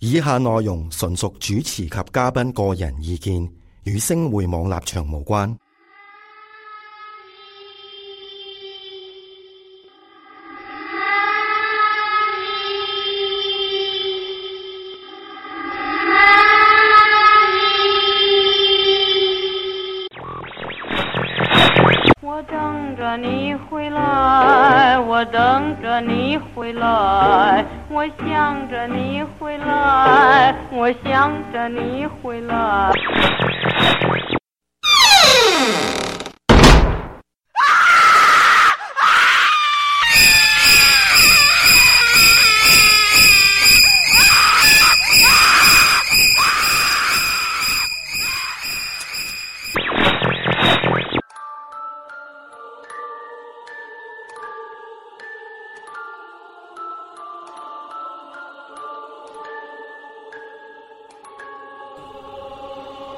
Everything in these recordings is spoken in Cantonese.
以下內容純屬主持及嘉賓個人意見，與星匯網立場無關。我等着你回来，我等着你回来，我想着你回来，我想着你回来。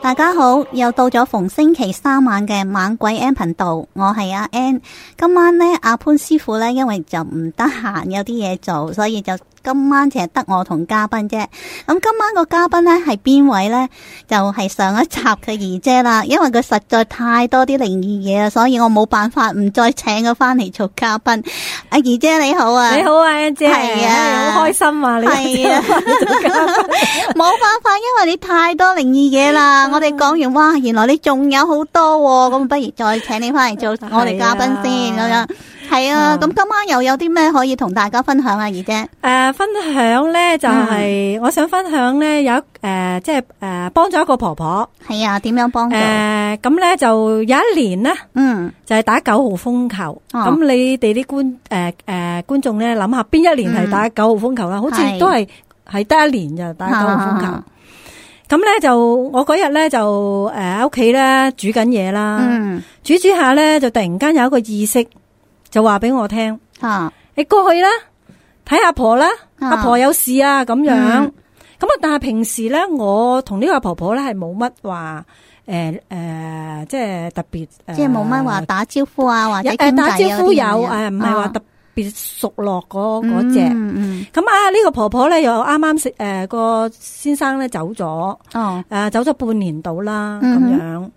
大家好，又到咗逢星期三晚嘅猛鬼 N 頻道，我係阿 N。今晚呢，阿潘師傅呢，因為就唔得閒，有啲嘢做，所以就今晚淨係得我同嘉賓啫。咁今晚個嘉賓呢係邊位呢？就係、上一集嘅姨姐啦，因為佢實在太多啲靈異嘢啦，所以我冇辦法唔再請佢翻嚟做嘉賓。阿姨姐你好啊，你好啊，Ann 姐，係啊哎好開心啊！你係啊， 冇辦法，因為你太多靈異嘢啦。我哋講完，哇，原來你仲有好多喎，咁不如再請你翻嚟做我哋嘉賓先咁係樣啊。係啊，嗯咁今晚又有啲咩可以同大家分享啊，姨姐？诶，分享咧就嗯係我想分享咧有一诶，即係诶幫咗一個婆婆係啊，點樣幫 À, 助？诶，咁咧就有一年咧嗯，就係打九號風球，哦咁你哋啲觀诶诶觀眾咧諗下邊一年係打九號風球啦，好嗯係似都係係得一年就打九號風球啊。咁咧就我嗰日咧就诶喺屋企咧煮緊嘢啦，嗯，煮煮下咧就突然間有一個意識就話俾我聽。吓，你過去啦，睇阿婆啦，啊阿婆有事啊，咁樣。嗯咁啊，但係平時咧，我同呢個婆婆咧係冇乜話，诶、诶、即係特別，呃即係冇乜 À. 話打招呼啊，或者有呃傾偈啊打招呼有，嗰啲嘢啊诶唔係話啊特別熟落嗰嗰只。嗯嗯咁啊，呢、個婆婆咧又啱啱食诶個先生咧走咗。嗯哦，诶、走咗半年到啦，咁、嗯哼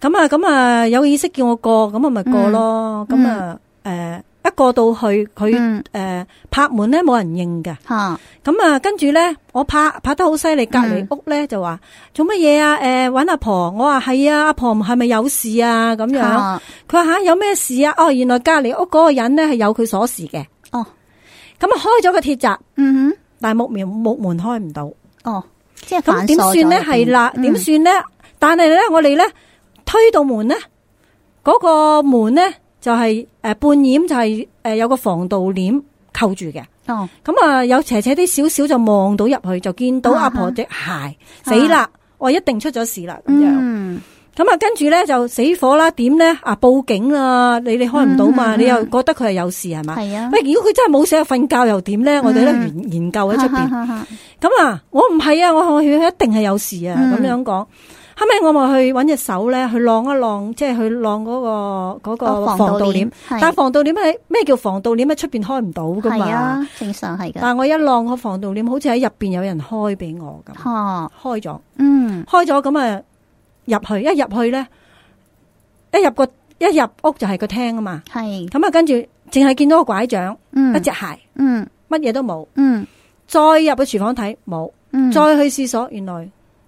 樣咁啊，咁啊，有意識叫我過，咁我咪過咯，咁嗯啊，诶、一過到去佢嗯诶、呃拍門咧冇人應㗎，吓，咁啊跟住咧我拍拍得好犀利，隔嗯離屋咧就話做乜嘢啊？诶、搵阿婆，我話係啊，阿婆係咪有事啊？咁樣，嚇佢話吓有咩事啊？哦，原來隔離屋嗰個人咧係有佢鎖匙嘅，哦，咁啊開咗個鐵閘，嗯哼，但係木門木門開唔到，哦，即係咁反點鎖算咧？咗係啦，嗯點算咧？但係咧我哋咧推到門咧，嗰、個門咧就係呃半掩就係呃有個防盜簾扣住嘅。哦，咁啊，有斜斜啲少少就望到入去，就見到啊阿婆隻鞋死啦，我一定出咗事啦咁樣。嗯。咁啊，跟住咧就死火啦，點咧啊？報警啦，你哋開唔到嘛？嗯嗯嗯你又覺得佢係有事係嘛？係啊喂，如果佢真係冇死瞓覺又點咧？我哋咧嗯研研究喺出 邊。邊。咁啊，我唔係啊，我我佢一定係有事啊，嗯咁樣講。後尾我咪去揾隻手咧，去晾一晾，即係去晾嗰個嗰個哦防防盜盜簾簾。係但係防盜簾係咩叫防盜簾？喺出邊開唔到噶係嘛。啊，正常係噶。但我一晾個防盜簾，好似喺入邊有人開俾我咁，哦，開咗，嗯，開咗咁啊入去，一入去咧，一入個一入屋就係個廳啊嘛，係，咁啊跟住淨係見到個拐杖、嗯，一隻鞋，嗯，乜嘢都冇，嗯，再入去廚房睇冇，嗯，再去廁所，原來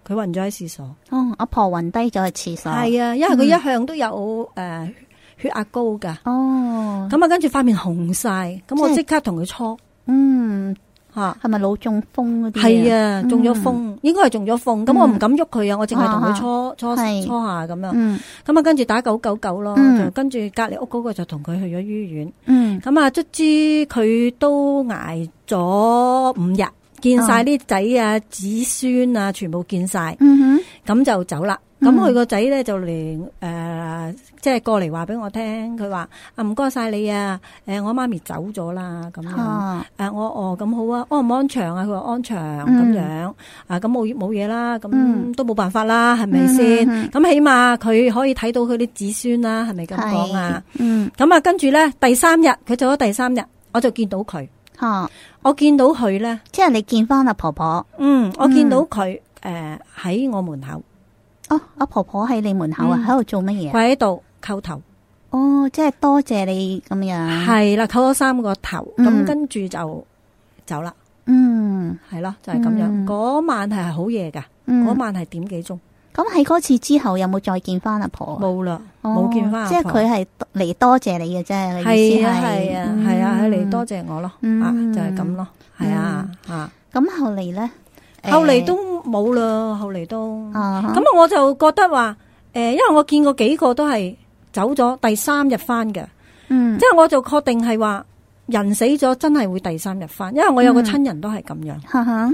佢暈咗喺廁所，哦，阿婆暈低咗去廁所。係啊，因為佢一向都有誒血壓高㗎，哦，咁啊跟住塊面紅晒，咁我即係即刻同佢搓嗯，嚇。係咪腦中風嗰啲？系，啊，中咗風，應該係中咗風。咁我唔敢喐佢啊，我淨嗯係同啊佢哈搓搓係搓下咁樣。嗯，咁啊，跟住打九九九咯，嗯就跟住隔離屋嗰個就同佢去咗醫院。嗯，咁啊，卒之佢都捱咗五日，見晒啲仔啊、子孫啊，全部見晒，嗯咁就走啦。咁嗯佢個仔咧就嚟誒、呃即係過嚟話俾我聽，佢話啊唔該晒你啊，誒、我媽咪走咗啦咁哼，樣。哦，誒、我哦咁好啊，安唔安詳啊？佢話安詳嗯咁樣，啊咁冇冇嘢啦，咁、嗯都冇辦法啦，係咪嗯先？嗯咁起碼佢可以睇到佢啲子孫啦，係咪咁講啊？嗯，咁啊，跟住咧第三日，佢做咗第三日，我就見到佢，吓，我見到佢咧，哦即係你見翻阿婆婆，嗯，我見到佢嗯诶喺我門口，哦，阿婆婆喺你門口啊，嗯喺度做乜嘢啊？佢喺度叩頭，哦，即係多謝你咁樣，係啦，叩咗三個頭，啊嗯咁跟住就走啦，嗯係咯，就係咁樣。嗯嗰晚係好夜㗎，嗯，嗰晚係點幾鐘？咁喺嗰次之後有冇再見翻阿婆啊？冇啦，哦冇見翻阿即係婆。佢係嚟多謝你嘅啫，佢意係思啊係係啊係啊，佢嚟。嗯多謝我咯，嗯啊就係咁咯，係啊啊。咁後嚟咧，後嚟誒都冇啦，後嚟都啊哈咁我就覺得話诶，誒因為我見過幾個都係走咗第三日翻嘅，嗯即係我就確定係話人死咗真係會第三日翻，因為我有嗯個親人都係咁樣，哈哈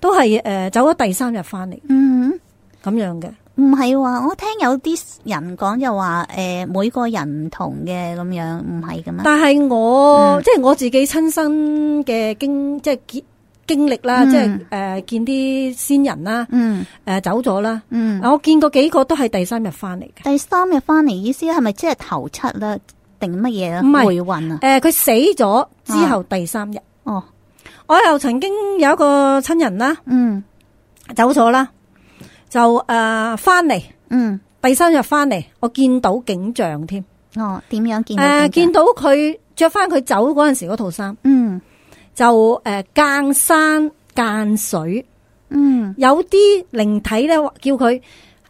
都係诶走咗第三日翻嚟嗯。咁樣嘅，唔係話，我聽有啲人講就話，诶、每個人唔同嘅咁樣，唔係咁啊。但係我嗯即係我自己親身嘅經即係經經歷啦，嗯即係诶見啲先人啦，嗯诶走咗啦，嗯，我見過幾個都係第三日翻嚟嘅。第三日翻嚟意思係咪即係頭七啦，定乜嘢唔啦？係回魂啊？诶，呃佢死咗之後第三日，哦，我又曾經有一個親人啦，嗯走咗啦，就诶翻嚟嗯，第三日翻嚟，我見到景象添。哦，點樣見诶、到？見到佢着翻佢走嗰阵时嗰套衫，嗯就诶、間间山間水，嗯有啲靈體咧叫佢。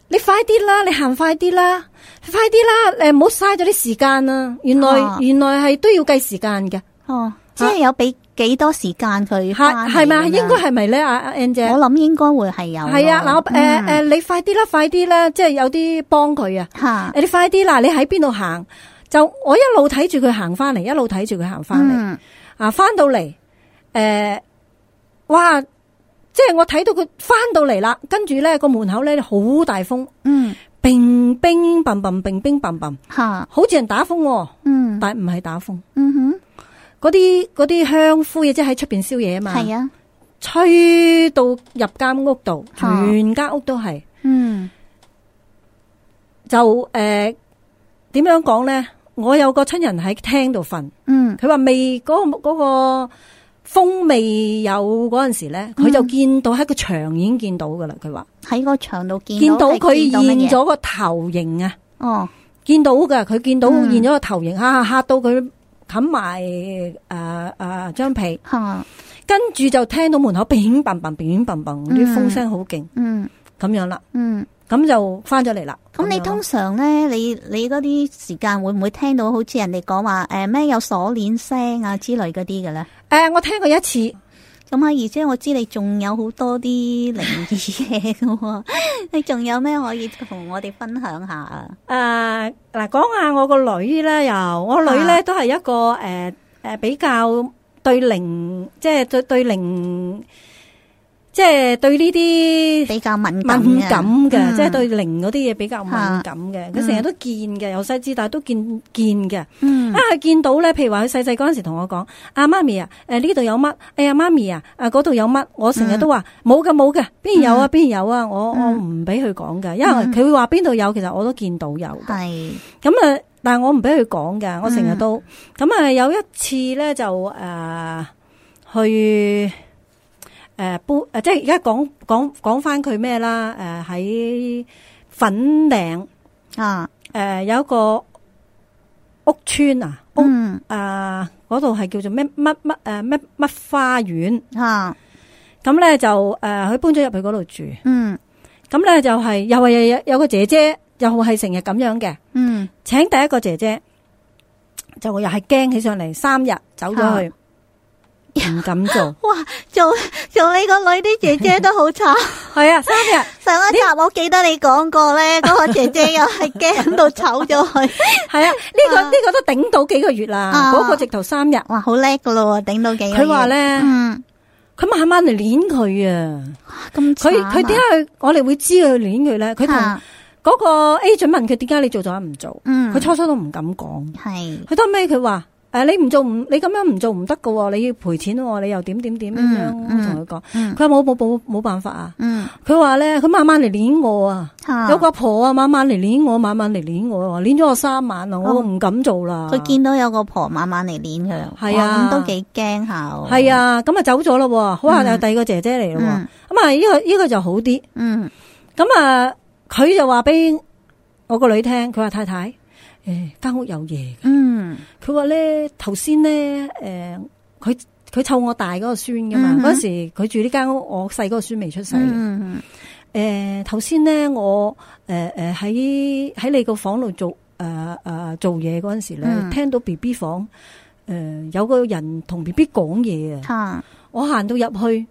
你快啲啦！你行快啲啦！你快啲啦！诶，呃唔好嘥咗啲時間啦。原來、啊原來係都要計時間嘅，哦，即係有俾幾多時間佢返嚟啊係係咪？啊咁樣應該係咪咧？阿阿 Ann 姐，啊我諗應該會係有咯。系啊，嗱，我诶嗯诶，你快啲啦，快啲啦，即係有啲幫佢啊！吓誒你快啲啦，你喺邊度行？就我一路睇住佢行翻嚟，一路睇住佢行翻嚟嗯啊！翻到嚟，诶、哇！即係我睇到佢翻到嚟啦，跟住咧個門口咧好大風，嗯乒乒砰砰，乒乒砰砰，吓好似人打風喎，嗯但唔係打風，嗯嗰啲嗰啲香灰啊，即係喺出边燒嘢啊嘛，哼，係啊，吹到入間屋度，啊全間屋都係。嗯就诶点、樣样講咧？我有個親人喺廳度瞓，嗯佢話未嗰、個嗰、個風未有嗰陣時咧，嗯佢就見到喺個牆已經見到噶啦。佢話喺個場度見見到佢係見到乜嘢現咗個頭型啊，哦。見到噶，佢見到嗯現咗個頭型，嚇嚇到佢冚埋诶诶張被，吓，跟住就聽到門口 乒砰砰乒砰砰啲風聲好勁嗯咁樣啦，嗯，咁就翻咗嚟啦。咁你樣通常咧，你你嗰啲時間會唔會聽到好似人哋講話诶咩有鎖鏈聲啊之類嗰啲嘅咧？诶、我聽過一次。咁啊，而且我知你仲有好多啲靈異嘢嘅 喎，你仲有咩可以同我哋分享下啊？诶，嗱、講下我個女咧，又我女咧啊都係一個诶诶、誒比較對靈，即係對對靈，即係對呢啲比較敏感敏感嘅，嗯即係對靈嗰啲嘢比較敏感嘅。佢嗯成日都見嘅，由細至大都見見嘅。嗯啊，佢見到咧，譬如話佢細細嗰陣時同我講：啊媽咪啊，誒呢度有乜？哎呀媽咪啊，啊嗰度有乜？我成日都話冇嘅冇嘅，邊有啊邊有啊！我我唔俾佢講嘅，因為嗯佢會話邊度有，其實我都見到有嘅。係咁啊，但系我唔俾佢講嘅，我成日都咁啊。有一次咧就诶、呃去诶搬诶，即係而家講講講翻佢咩啦？诶、喺粉嶺诶、啊，呃有一個屋村啊，屋嗯啊嗰度係叫做咩乜乜诶乜乜花園，啊，咁咧就诶佢、搬咗入去嗰度住，嗯咁咧就係又係有有個姐姐，又係成日咁樣嘅。嗯請第一個姐姐，就我又係驚起上嚟，三日走咗去，唔敢 做。做做你個女啲姐姐都好慘。 係啊，三日上一集我記得你講過咧，嗰、個姐姐又係驚到醜咗 佢。係啊，呢個啊呢個都頂到幾個月啦，啊嗰個直頭三日。哇，好叻噶咯喎，頂到幾個月啊佢話咧，嗯，佢慢慢嚟攆佢啊，咁佢慘啊佢點解我哋會知佢攆佢咧？佢同啊嗰個 agent 問佢點解你做咗唔做，啊嗯，佢初初都唔敢講，係佢後尾佢話誒你唔做唔你咁樣唔做唔得噶喎，你要賠錢喎，你又點點點咁樣嗯嗯同佢講，嗯佢話冇冇冇冇辦法啊！嗯，佢話咧，佢晚晚嚟攆我啊！嚇有個阿婆啊，晚晚嚟攆我，晚晚嚟攆我，攆咗我三晚啊，我唔敢做啦。哦佢見到有個婆晚晚嚟攆佢，係啊哇咁都幾驚下喎。係啊，咁啊走咗咯喎，好啊，嗯又第二個姐姐嚟咯喎，嗯咁啊呢個呢個就好啲。嗯咁啊，佢就話俾我個女聽，佢話太太，诶間屋有嘢，嗯佢話咧頭先咧，诶佢佢湊我大嗰個孫噶嘛嗯，哼嗰、時佢住呢間屋，我細嗰個孫未出世嘅。嗯誒頭先咧，我誒誒喺喺你個房度做誒誒、呃做嘢嗰陣時咧，嗯聽到 B B 房誒、呃有個人同 B B 講嘢啊，嗯嚇我行到入去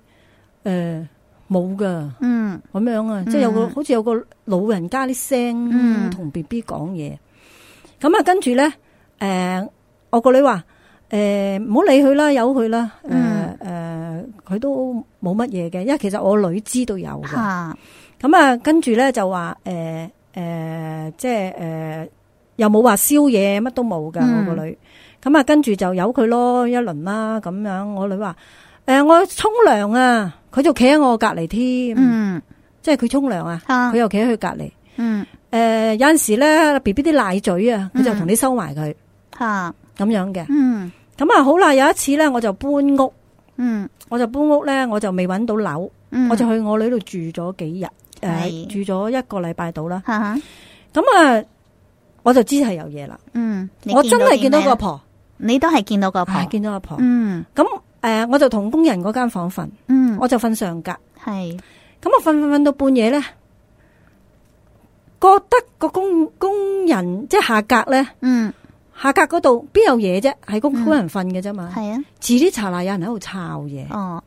誒冇噶嗯咁樣啊，即係有個嗯好似有個老人家啲聲嗯同 B B 講嘢，咁啊跟住咧誒我個女話誒唔好理佢啦，由佢啦誒誒，嗯呃佢、都冇乜嘢嘅，因為其實我女知道有嘅。嚇咁啊，跟住咧就話誒誒，即係誒、呃又冇話宵夜，乜都冇噶、嗯我個女。咁啊，跟住就由佢咯一輪啦，咁樣我女話誒、呃我沖涼啊，佢就企喺我隔離添，嗯即係佢沖涼啊，嚇佢又企喺佢隔離。誒、呃嗯有陣時咧，B B 啲奶嘴啊，佢就同你收埋佢嚇咁樣嘅。嗯咁啊，好啦，有一次咧，我就搬屋，嗯我就搬屋咧，我就未揾到樓，嗯，我就去我女度住咗幾日，誒、呃係住咗一個禮拜到啦。嚇嚇咁啊，我就知係有嘢啦。嗯，你我真係見到啲咩個婆，你都係見到個婆係，見到阿婆。嗯咁诶、誒我就同工人嗰間房瞓，嗯，我就瞓上格。係咁我瞓瞓瞓到半夜咧，覺得個工工人即係下格咧，嗯下格嗰度邊有嘢啫？係工嗯工人瞓嘅啫嘛。係遲啲查嗱有人喺度抄嘢，啊，哦。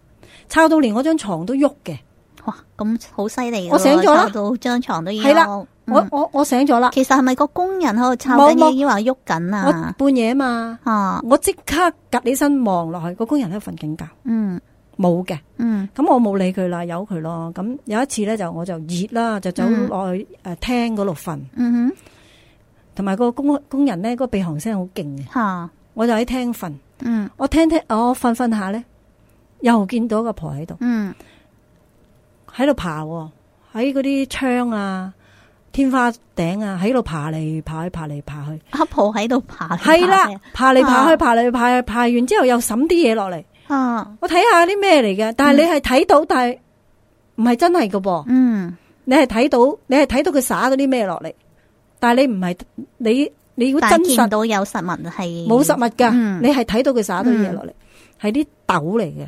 抄到連我張床都喐嘅。哇，咁好犀利㗎喎！我醒咗啦抄到張床都已經係啦有我嗯我我醒咗啦，其實係咪個工人喺度抄冇緊冇嘢，抑或喐緊我啊？半夜嘛，啊，我即刻趌起身望落去，個工人喺度瞓緊覺，嗯冇嘅。嗯咁我冇理佢啦，由佢咯。咁有一次咧，就我就熱啦，就走嗯落去誒廳嗰度瞓，嗯同埋個工工人咧，個鼻鼾聲好勁嘅哼，，吓，我就喺廳瞓。嗯我聽聽，我瞓瞓下咧，又見到個婆喺度，嗯喺度爬喎，喺嗰啲窗啊、天花頂啊，喺度爬嚟爬去，爬嚟爬去，阿婆喺度爬，係啦，爬嚟爬去，啊爬嚟爬去，爬完之後又審啲嘢落嚟，啊，我睇下啲咩嚟嘅。但係你係睇到，但係唔係真係嘅噃。嗯你係睇到，你係睇到佢撒嗰啲咩落嚟，但係你唔係你你要但真係見實到有實物係冇實物噶，嗯你係睇到佢撒到嘢落嚟，係啲豆嚟嘅，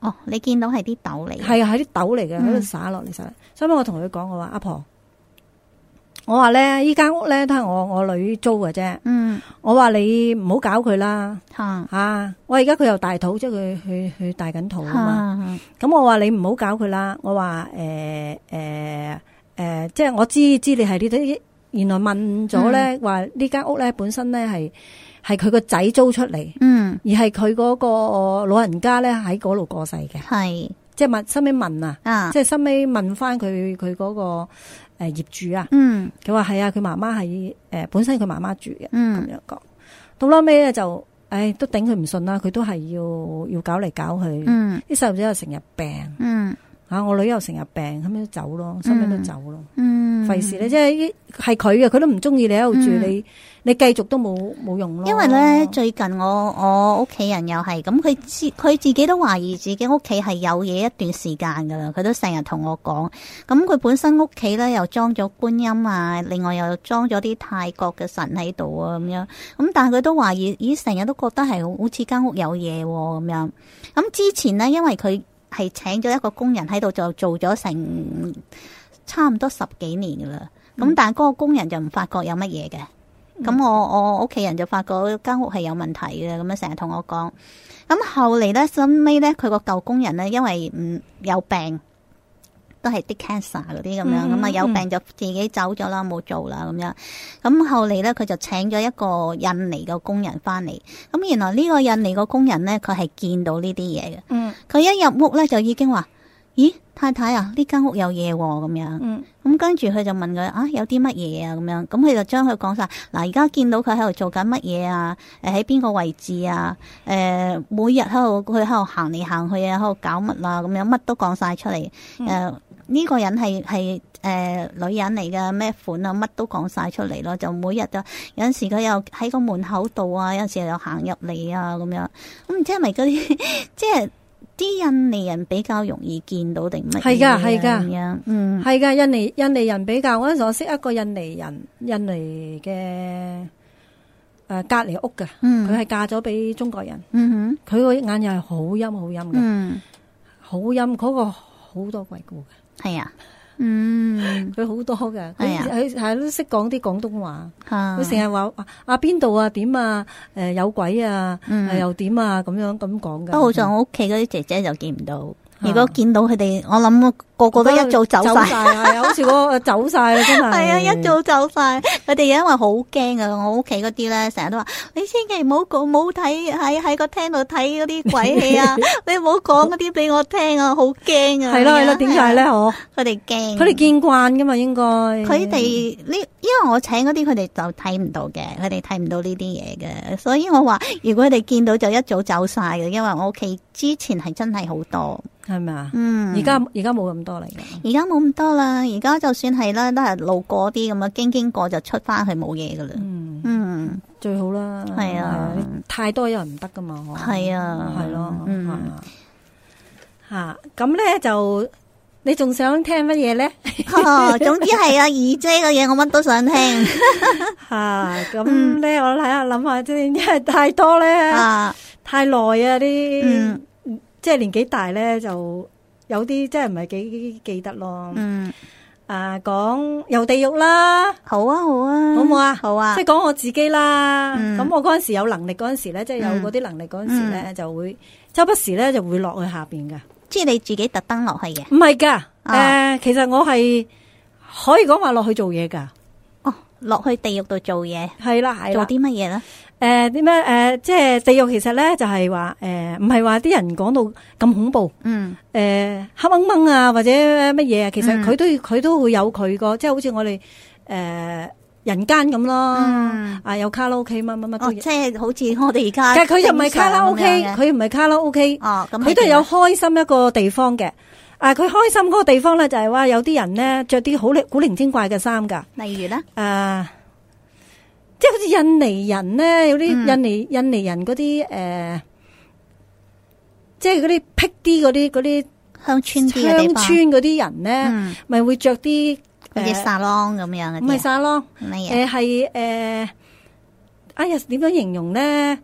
哦，你見到係啲豆嚟嘅，係啊係啲豆嚟嘅嗯喺度撒落嚟撒落嚟。所以我同佢講，我話阿婆，我話咧依間屋咧都係我我女租嘅啫，嗯我話你唔好搞佢啦吓啊！我而家佢又大肚，即係佢佢佢大緊肚啊嘛。吓，咁我話你唔好搞佢啦，我話誒誒誒，即係我知知你係呢啲，原來問咗嗯咧話呢間屋咧本身咧係係佢個仔租出嚟，嗯而係佢嗰個老人家咧喺嗰度過世嘅，係即係問收尾問啊，啊，即係收尾問翻佢佢嗰個誒業主啊，嗯佢話係啊，佢媽媽係誒本身佢媽媽住嘅咁嗯樣講，到啦尾咧就唉都頂佢唔順啦，佢都係要要搞嚟搞去，嗯啲細路仔又成日病。嗯啊！我女又成日病，咁樣走咯，收尾都走咯，嗯，費事咧，即係係佢嘅，佢都唔中意你喺度住，嗯你你繼續都冇冇用咯。因為咧，最近我我屋企人又係咁，佢自佢自己都懷疑自己屋企係有嘢一段時間噶啦，佢都成日同我講。咁佢本身屋企咧又裝咗觀音啊，另外又裝咗啲泰國嘅神喺度啊咁樣。咁但係佢都懷疑，咦，成日都覺得係好好似間屋有嘢喎咁樣。咁之前咧，因為佢係請咗一個工人喺度，就做咗成差唔多十幾年噶啦。嗯咁但係嗰個工人就唔發覺有乜嘢嘅。咁我我屋企人就發覺間屋係有問題嘅，咁樣成日同我講。咁後嚟咧，後尾咧，佢個舊工人咧，因為唔有病，都係啲 cancer 嗰啲咁樣，嗯咁啊、有嗯病就自己走咗啦，冇做啦咁樣。咁後嚟咧，佢就請咗一個印尼嘅工人翻嚟。咁原來呢個印尼個工人咧，佢係見到呢啲嘢嘅。嗯佢一入屋咧就已經話：咦太太啊，呢間屋有嘢喎咁樣。嗯咁跟住佢就問佢啊，有啲乜嘢啊咁樣，咁佢就將佢講晒。嗱，而家見到佢喺度做緊乜嘢啊？誒喺邊個位置啊？誒、每日喺度佢喺度行嚟行去啊，喺度搞乜啊？咁樣乜都講晒出嚟。誒、嗯呢、個人係係誒女人嚟嘅咩款啊？乜都講晒出嚟咯，就每日就有陣時佢又喺個門口度啊，有陣時又行入嚟啊咁樣。咁唔知係咪嗰啲 即係啲印尼人比較容易見到定乜嘢啊？係㗎係㗎咁樣嗯。係噶，印尼印尼人比較嗰陣時，我識一個印尼人，印尼嘅诶、呃隔離屋嘅，嗯佢係嫁咗俾中國人，嗯佢個眼又係好陰好陰哼，嘅，嗯，好陰嗰個好多鬼故嘅，系啊，嗯，佢好多嘅，係啊佢佢係都識講啲廣東話，吓，佢成日話啊邊度啊點啊，诶、有鬼啊，嗯誒又點啊咁樣咁講嘅。不過好在我屋企嗰啲姐姐就見唔到，嚇如果見到佢哋，我諗個個都一早走晒， 係啊好似我走晒啦，真係。係啊，一早走晒。佢哋因為好驚啊，我屋企嗰啲咧，成日都話你千祈唔好講，冇睇喺喺個廳度睇嗰啲鬼戲 啊，你唔好講嗰啲俾我聽啊，好驚啊！係啦係啦，咁樣點解咧？？我佢哋驚，佢哋見慣噶嘛，應該佢佢哋嗯呢，因為我請嗰啲佢哋就睇唔到嘅，佢哋睇唔到呢啲嘢嘅，所以我話如果佢哋見到就一早走晒嘅，因為我屋企之前係真係好多，係咪啊？嗯，而家而家冇咁多嚟㗎，而家冇咁多啦，而家就算係啦，都係路過啲咁啊，經經過就出翻去冇嘢噶啦，嗯，嗯，最好啦。係啊係，太多又唔得噶嘛。係啊係咯，嗯係啊嚇咁咧就你仲想聽乜嘢 咧？ 哦總之係啊，二姐嘅嘢我乜都 想聽嚇咁咧，我睇下諗下先，因為太多咧。嗯啊，太耐啊！啲、嗯即係年紀大咧，就有啲真係唔係幾記得咯。嗯，啊，講遊地獄啦，好啊好啊，好唔好啊？好啊即係，講我自己啦。咁、嗯我嗰陣時有能力嗰陣時咧，即係嗯有嗰啲能力嗰陣時咧，就會周不時咧就會落去下邊噶。即係你自己特登落去嘅，唔係㗎，誒、啊其實我係可以講話落去做嘢㗎。哦，落去地獄度做嘢，係啦，係做啦。啲乜嘢咧？誒點樣誒？即係地獄其實咧就係話誒，唔係話啲人講到咁恐怖。嗯誒、黑掹掹啊，或者乜嘢啊，其實嗯佢都佢都會有佢個，即係好似我哋誒、人間咁咯，Ờ. 嗯啊有卡拉 OK 乜乜乜哦，都即有，係好似我哋而家，但係佢又唔係卡拉 OK，佢佢唔係卡拉 OK，哦咁佢都係有開心一個地方嘅。啊，佢開心嗰個地方咧就係話有啲人咧着啲好古靈精怪嘅衫㗎，誒、例如咧，啊即係好似印尼人咧，有啲嗯印尼、印尼人嗰啲誒，即係嗰啲僻啲嗰啲嗰啲。鄉村啲嘅地鄉方，村嗰啲人咧，嗯，咪會着啲好似誒沙朗咁樣嘅，唔係沙咯，乜嘢？誒係誒，哎呀點樣形容咧？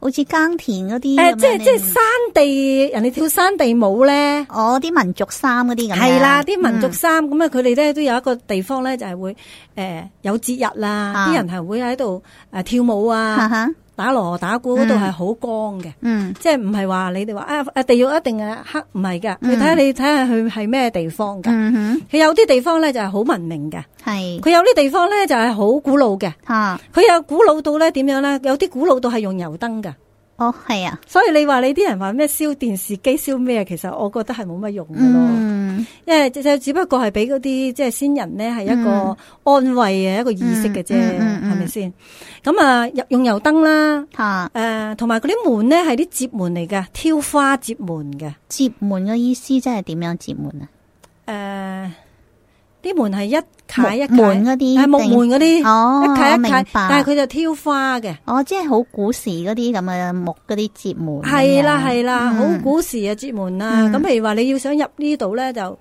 好似耕田嗰啲咁誒樣，即係你即係山地，人哋跳山地舞咧，哦啲民族衫嗰啲咁樣，嗯係啦，啲 Ừ. 民族衫咁啊，佢哋咧都有一個地方咧，就係會誒有節日啦，啊啲人係會喺度誒跳舞嗯，哈啊、哈，打鑼打鼓嗰度嗯係好光嘅。嗯即係唔係話你哋話啊啊地獄一定係黑唔係㗎，你睇下你睇下佢係咩地方㗎。嗯哼，佢有啲地方咧就係好文明嘅，係佢有啲地方咧就係好古老嘅，嚇，佢有古老到咧點樣咧？有啲古老到係用油燈嘅，哦係啊，所以你話你啲人話咩燒電視機燒咩，其實我覺得係冇乜用嘅咯，嗯因為即係只不過係俾嗰啲即係先人咧係一個安慰啊嘅一個意識嘅啫，嗯嗯嗯嗯係咪先？咁啊，入用油燈啦。嚇，誒，呃同埋嗰啲門咧係啲折門嚟嘅，挑花折門嘅。誒、接門嘅意思即係點樣接門啊？呃啲門係一楷一木門嗰啲係木門嗰啲，哦一楷一明楷白，但係佢就挑花嘅。哦，即係好古時嗰啲咁嘅木嗰啲接門咁樣，係啦係啦，好嗯古時嘅節門啦。嗯咁譬如話你要想入呢度咧，就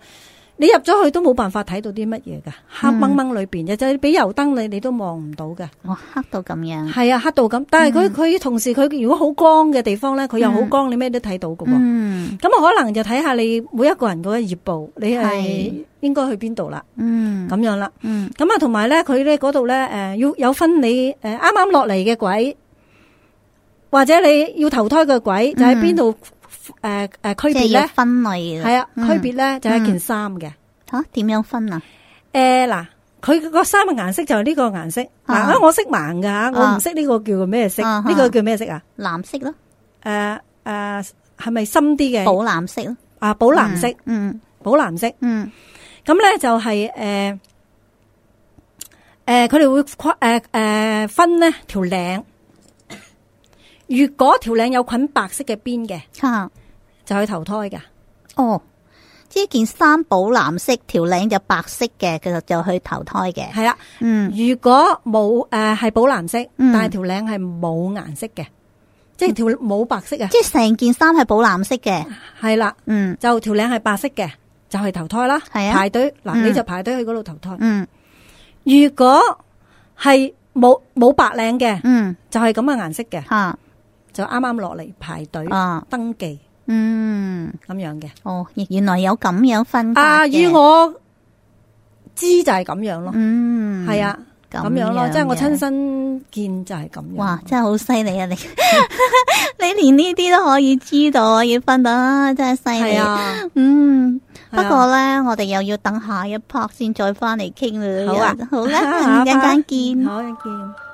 你入咗去都冇辦法睇到啲乜嘢噶，黑嗯掹掹裏邊嘅，就係俾油燈你，你都望唔到嘅。我黑到咁樣，係啊，黑到咁。但係佢嗯佢同時佢如果好光嘅地方咧，佢又好光，你咩都睇到嘅喎。嗯咁啊，可能就睇下你每一個人嗰個業報，你係係應該去邊度啦，嗯咁樣啦。嗯咁啊，同埋咧，佢咧嗰度咧，誒要有分你誒啱啱落嚟嘅鬼，或者你要投胎嘅鬼，嗯就喺邊度呃誒誒區即係別要咧？分類嘅係啊，嗯區別咧就係件衫嘅。吓點樣分啊？誒嗱，佢個衫嘅顏色就係呢個顏色。啊嗱，我識盲㗎嚇，我唔識呢個叫做咩色？啊呢個叫咩色啊？呃藍色咯，誒誒，係咪深啲嘅？寶藍色咯，啊啊寶藍色，嗯寶藍色。嗯咁咧就係誒誒，佢哋會框誒誒分咧條領。如果條領有捆白色嘅邊嘅，吓就去投胎㗎。哦，呢件衫寶藍色，條領就白色嘅，佢就就去投胎嘅。係啦，嗯如果冇誒係寶藍色，嗯但係條領係冇顏色嘅，即係條冇白色啊，即系成件衫係寶藍色嘅。係啦，嗯就條領係白色嘅，就去投胎啦。係啊排隊嗱，嗯你就排隊去嗰度投胎。嗯如果係冇冇白領嘅，嗯就係咁嘅顏色嘅，吓就啱啱落嚟排隊啊登記嗯咁樣嘅。哦，原來有咁樣分法啊，嘅以我知就係咁樣咯，嗯係啊，咁樣咯，樣即係我嘅親身見就係咁樣。哇，真係好犀利啊！你 你連呢啲都可以知道，要分到，啊真係犀利係。啊，嗯，不係啊過咧，我哋又要等下一 part 先再翻嚟傾啦。好啊， 好啦，一陣間見。好，一陣見。